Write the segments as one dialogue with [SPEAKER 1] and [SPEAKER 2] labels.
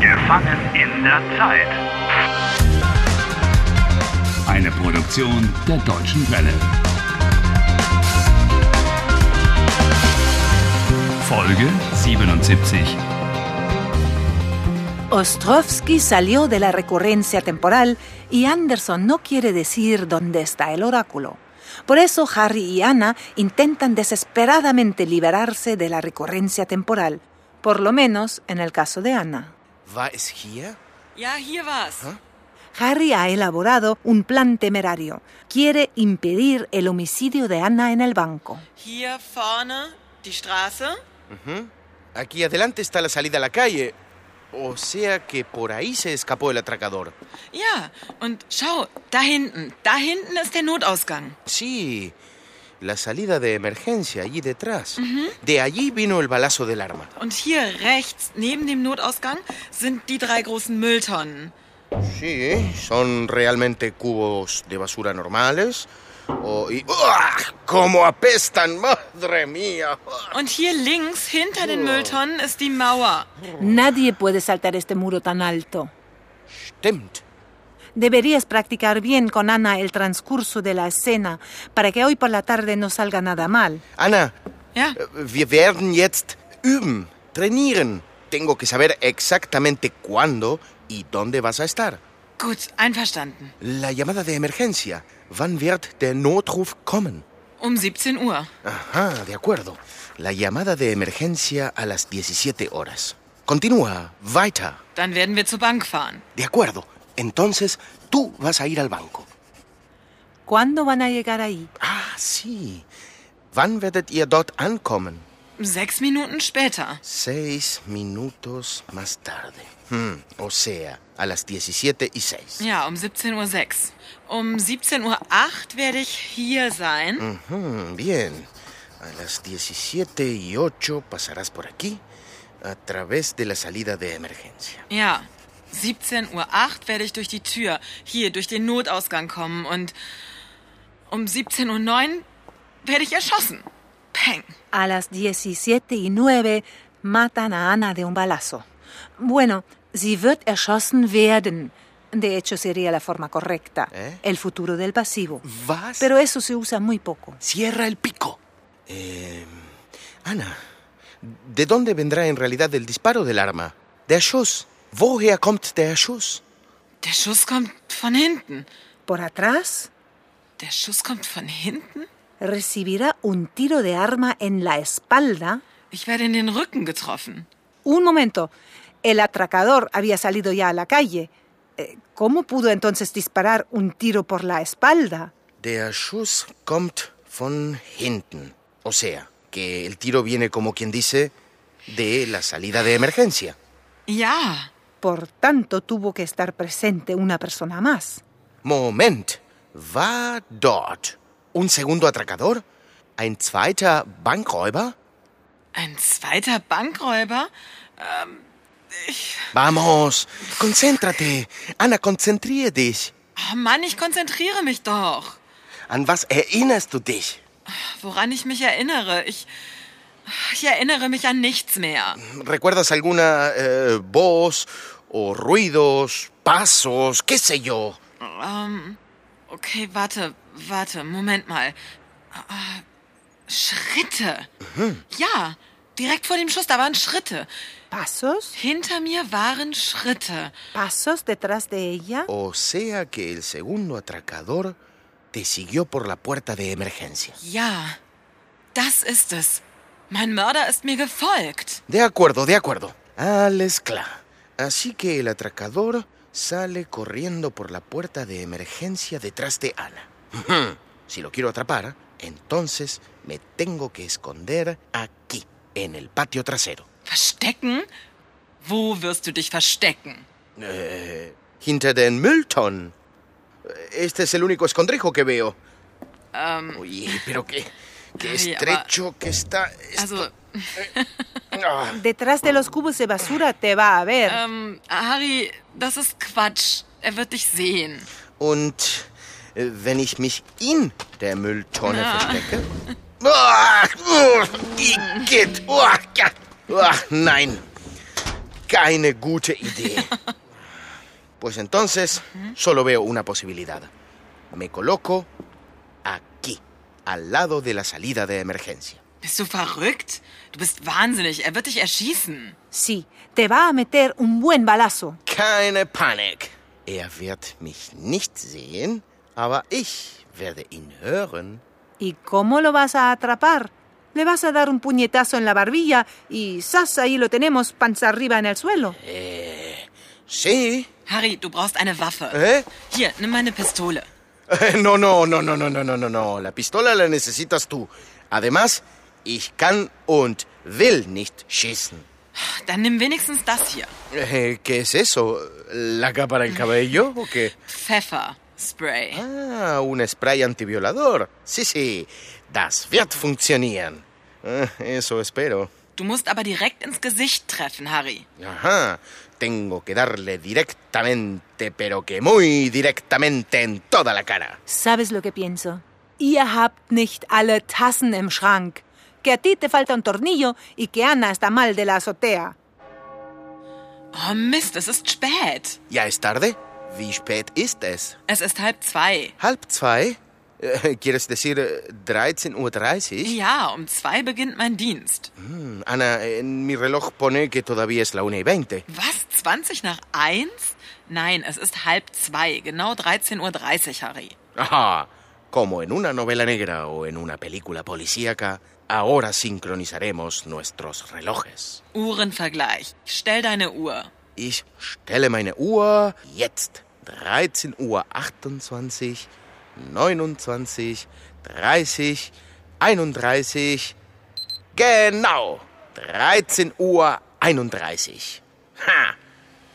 [SPEAKER 1] Gefangen in der Zeit.
[SPEAKER 2] Eine Produktion der Deutschen Welle. Folge 77.
[SPEAKER 3] Ostrovsky salió de la recurrencia temporal y Anderson no quiere decir dónde está el oráculo. Por eso Harry y Anna intentan desesperadamente liberarse de la recurrencia temporal, por lo menos en el caso de Anna.
[SPEAKER 4] War es hier?
[SPEAKER 5] Ja, hier war's.
[SPEAKER 3] Harry ha elaborado un plan temerario. Quiere impedir el homicidio de Anna en el banco.
[SPEAKER 5] Hier vorne die Straße.
[SPEAKER 4] Aquí adelante está la salida a la calle. O sea que por ahí se escapó el atracador.
[SPEAKER 5] Ja, und schau, da hinten, da hinten ist der Notausgang.
[SPEAKER 4] Sí, la salida de emergencia allí detrás. De allí vino el balazo del arma.
[SPEAKER 5] Und hier rechts neben dem Notausgang sind die drei großen Mülltonnen.
[SPEAKER 4] Sí, son realmente cubos de basura normales. O, y, ¡Uah! ¡Cómo apestan! ¡Madre mía!
[SPEAKER 5] Und hier links hinter den Mülltonnen ist die Mauer.
[SPEAKER 3] Nadie puede saltar este muro tan alto.
[SPEAKER 4] Stimmt.
[SPEAKER 3] Deberías practicar bien con Ana el transcurso de la escena para que hoy por la tarde no salga nada mal.
[SPEAKER 4] Ana,
[SPEAKER 5] Ja,
[SPEAKER 4] Eh, Wir werden jetzt üben, trainieren. Tengo que saber exactamente cuándo y dónde vas a estar.
[SPEAKER 5] gut, einverstanden.
[SPEAKER 4] La llamada de emergencia. Wann wird der Notruf kommen?
[SPEAKER 5] Um 17 Uhr.
[SPEAKER 4] Ajá, de acuerdo. La llamada de emergencia a las 17 horas. Continúa, weiter.
[SPEAKER 5] Dann werden wir zur Bank fahren.
[SPEAKER 4] De acuerdo. Entonces, tú vas a ir al banco.
[SPEAKER 3] ¿Cuándo van a llegar ahí?
[SPEAKER 4] Ah, sí. Wann werdet ihr dort ankommen?
[SPEAKER 5] Sechs Minuten später.
[SPEAKER 4] Seis minutos más tarde. Hm, o sea, a las 17 y 6.
[SPEAKER 5] Ja, um 17.06 Uhr. Um 17.08 Uhr werde ich hier sein.
[SPEAKER 4] Ujú, bien. A las 17 y 8 pasarás por aquí a través de la salida de emergencia.
[SPEAKER 5] Ja, 17.08 Uhr werde ich durch die Tür hier durch den Notausgang kommen und um 17.09 Uhr werde ich erschossen. Peng.
[SPEAKER 3] A las 17 y 9 matan a Ana de un balazo. Bueno, sie wird erschossen werden. De hecho, sería la forma correcta.
[SPEAKER 4] ¿Eh?
[SPEAKER 3] El futuro del pasivo.
[SPEAKER 4] Vas.
[SPEAKER 3] Pero eso se usa muy poco.
[SPEAKER 4] Cierra el pico. Em, Ana, ¿de dónde vendrá en realidad el disparo del arma? Der Schuss. Woher kommt der Schuss?
[SPEAKER 5] Der Schuss kommt von hinten.
[SPEAKER 3] Por atrás,
[SPEAKER 5] Der Schuss kommt von hinten?
[SPEAKER 3] recibirá un tiro de arma en la espalda.
[SPEAKER 5] Ich werde in den Rücken getroffen.
[SPEAKER 3] Un momento. El atracador había salido ya a la calle. Eh, ¿Cómo pudo entonces disparar un tiro por la espalda?
[SPEAKER 4] Der Schuss kommt von hinten. O sea, que el tiro viene como quien dice de la salida de emergencia.
[SPEAKER 5] Ja,
[SPEAKER 3] Por tanto, tuvo que estar presente una persona más.
[SPEAKER 4] Moment, war dort un segundo Atracador? Ein zweiter Bankräuber?
[SPEAKER 5] ein zweiter Bankräuber?
[SPEAKER 4] Vamos, konzéntrate. Anna, konzentriere dich.
[SPEAKER 5] Oh Mann, ich konzentriere mich doch.
[SPEAKER 4] An was erinnerst du dich?
[SPEAKER 5] Woran ich mich erinnere, ich. Ich erinnere mich an nichts mehr.
[SPEAKER 4] ¿Recuerdas alguna eh, voz o ruidos, pasos, qué sé yo?
[SPEAKER 5] Ähm, okay, warte, warte, Moment mal. Ah, Schritte. Ja, direkt vor dem Schuss, da waren Schritte.
[SPEAKER 3] ¿Pasos?
[SPEAKER 5] Hinter mir waren Schritte.
[SPEAKER 3] ¿Pasos detrás de ella?
[SPEAKER 4] O sea que el segundo atracador te siguió por la puerta de emergencia.
[SPEAKER 5] Ja, das ist es. Mein Mörder ist mir gefolgt.
[SPEAKER 4] De acuerdo, de acuerdo. Alles klar. Así que el atracador sale corriendo por la puerta de emergencia detrás de Ana. Ujú. si lo quiero atrapar, entonces me tengo que esconder aquí, en el patio trasero.
[SPEAKER 5] Verstecken? Wo wirst du dich verstecken?
[SPEAKER 4] Hinter den Müllton. Este es el único escondrijo que veo. Oye, pero qué, qué
[SPEAKER 5] Ay, aber-
[SPEAKER 4] estrecho que está. esto.
[SPEAKER 5] Also,
[SPEAKER 4] Ah.
[SPEAKER 3] Detrás de los cubos de basura te va a ver.
[SPEAKER 5] ähm, Harry, das ist Quatsch. Er wird dich sehen.
[SPEAKER 4] Und äh, wenn ich mich in der Mülltonne verstecke. Ah, uh, Igitt! Uah, ja, uah, nein! keine gute Idee. Pues entonces solo veo una posibilidad. Me coloco aquí, al lado de la salida de emergencia.
[SPEAKER 5] Bist du verrückt? Du bist wahnsinnig. Er wird dich erschießen.
[SPEAKER 3] Sí, te va a meter un buen balazo.
[SPEAKER 4] Keine Panik. Er wird mich nicht sehen, aber ich werde ihn hören.
[SPEAKER 3] ¿Y cómo lo vas a atrapar? Le vas a dar un puñetazo en la barbilla y ¡zas! Ahí lo tenemos panza arriba en el suelo.
[SPEAKER 4] Äh, Sí.
[SPEAKER 5] Harry, du brauchst eine Waffe.
[SPEAKER 4] ¿Eh?
[SPEAKER 5] Hier, nimm meine Pistole.
[SPEAKER 4] Eh, No, no, no, no, no, no, no, no, no. La pistola la necesitas tú. Además, ich kann und will nicht schießen.
[SPEAKER 5] Dann nimm wenigstens das hier.
[SPEAKER 4] Eh, ¿Qué es eso? ¿Laca para el cabello o qué?
[SPEAKER 5] Pfefferspray.
[SPEAKER 4] Ah, un spray antiviolador. Sí, sí. Das wird funktionieren. Eh, Eso espero.
[SPEAKER 5] Du musst aber direkt ins Gesicht treffen, Harry.
[SPEAKER 4] Ajá. Tengo que darle directamente, pero que muy directamente en toda la cara.
[SPEAKER 3] ¿Sabes lo que pienso? Ihr habt nicht alle Tassen im Schrank. Que a ti te falta un tornillo y que Ana está mal de la azotea.
[SPEAKER 5] Oh Mist, es ist spät.
[SPEAKER 4] ¿Ya es tarde? Wie spät ist es?
[SPEAKER 5] Es ist halb zwei.
[SPEAKER 4] Halb zwei? Eh, ¿Quieres decir eh, 13.30 Uhr?
[SPEAKER 5] Ja, um zwei beginnt mein Dienst.
[SPEAKER 4] Ana, en mi reloj pone que todavía es la 1 y 20.
[SPEAKER 5] Was? 20 nach eins? Nein, es ist halb zwei. Genau 13.30 Uhr, Harry.
[SPEAKER 4] Ajá. Como en una novela negra o en una película policíaca, ahora sincronizaremos nuestros relojes.
[SPEAKER 5] Uhrenvergleich. Stell deine Uhr.
[SPEAKER 4] Ich stelle meine Uhr jetzt. 13 Uhr 28, 29, 30, 31. Genau. 13 Uhr 31. Ha.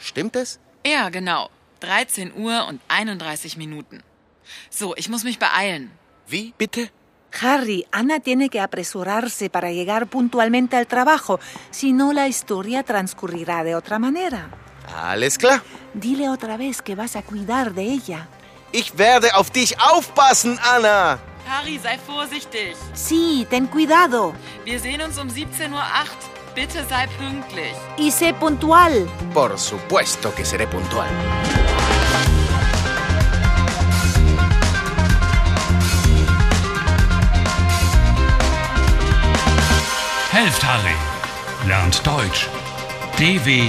[SPEAKER 4] Stimmt es?
[SPEAKER 5] Ja, genau. 13 Uhr und 31 Minuten. So, ich muss mich beeilen.
[SPEAKER 4] Wie bitte?
[SPEAKER 3] Harry, Ana tiene que apresurarse para llegar puntualmente al trabajo, si no la historia transcurrirá de otra manera.
[SPEAKER 4] Alles klar.
[SPEAKER 3] Dile otra vez que vas a cuidar de ella.
[SPEAKER 4] Ich werde auf dich aufpassen, Anna.
[SPEAKER 5] Harry, sei vorsichtig.
[SPEAKER 3] Sí, ten cuidado
[SPEAKER 5] Wir sehen uns um 17.08 Uhr. Bitte sei pünktlich.
[SPEAKER 3] y sé puntual.
[SPEAKER 4] Por supuesto que seré puntual.
[SPEAKER 2] Helft Harry. Lernt Deutsch. dw.com/harry.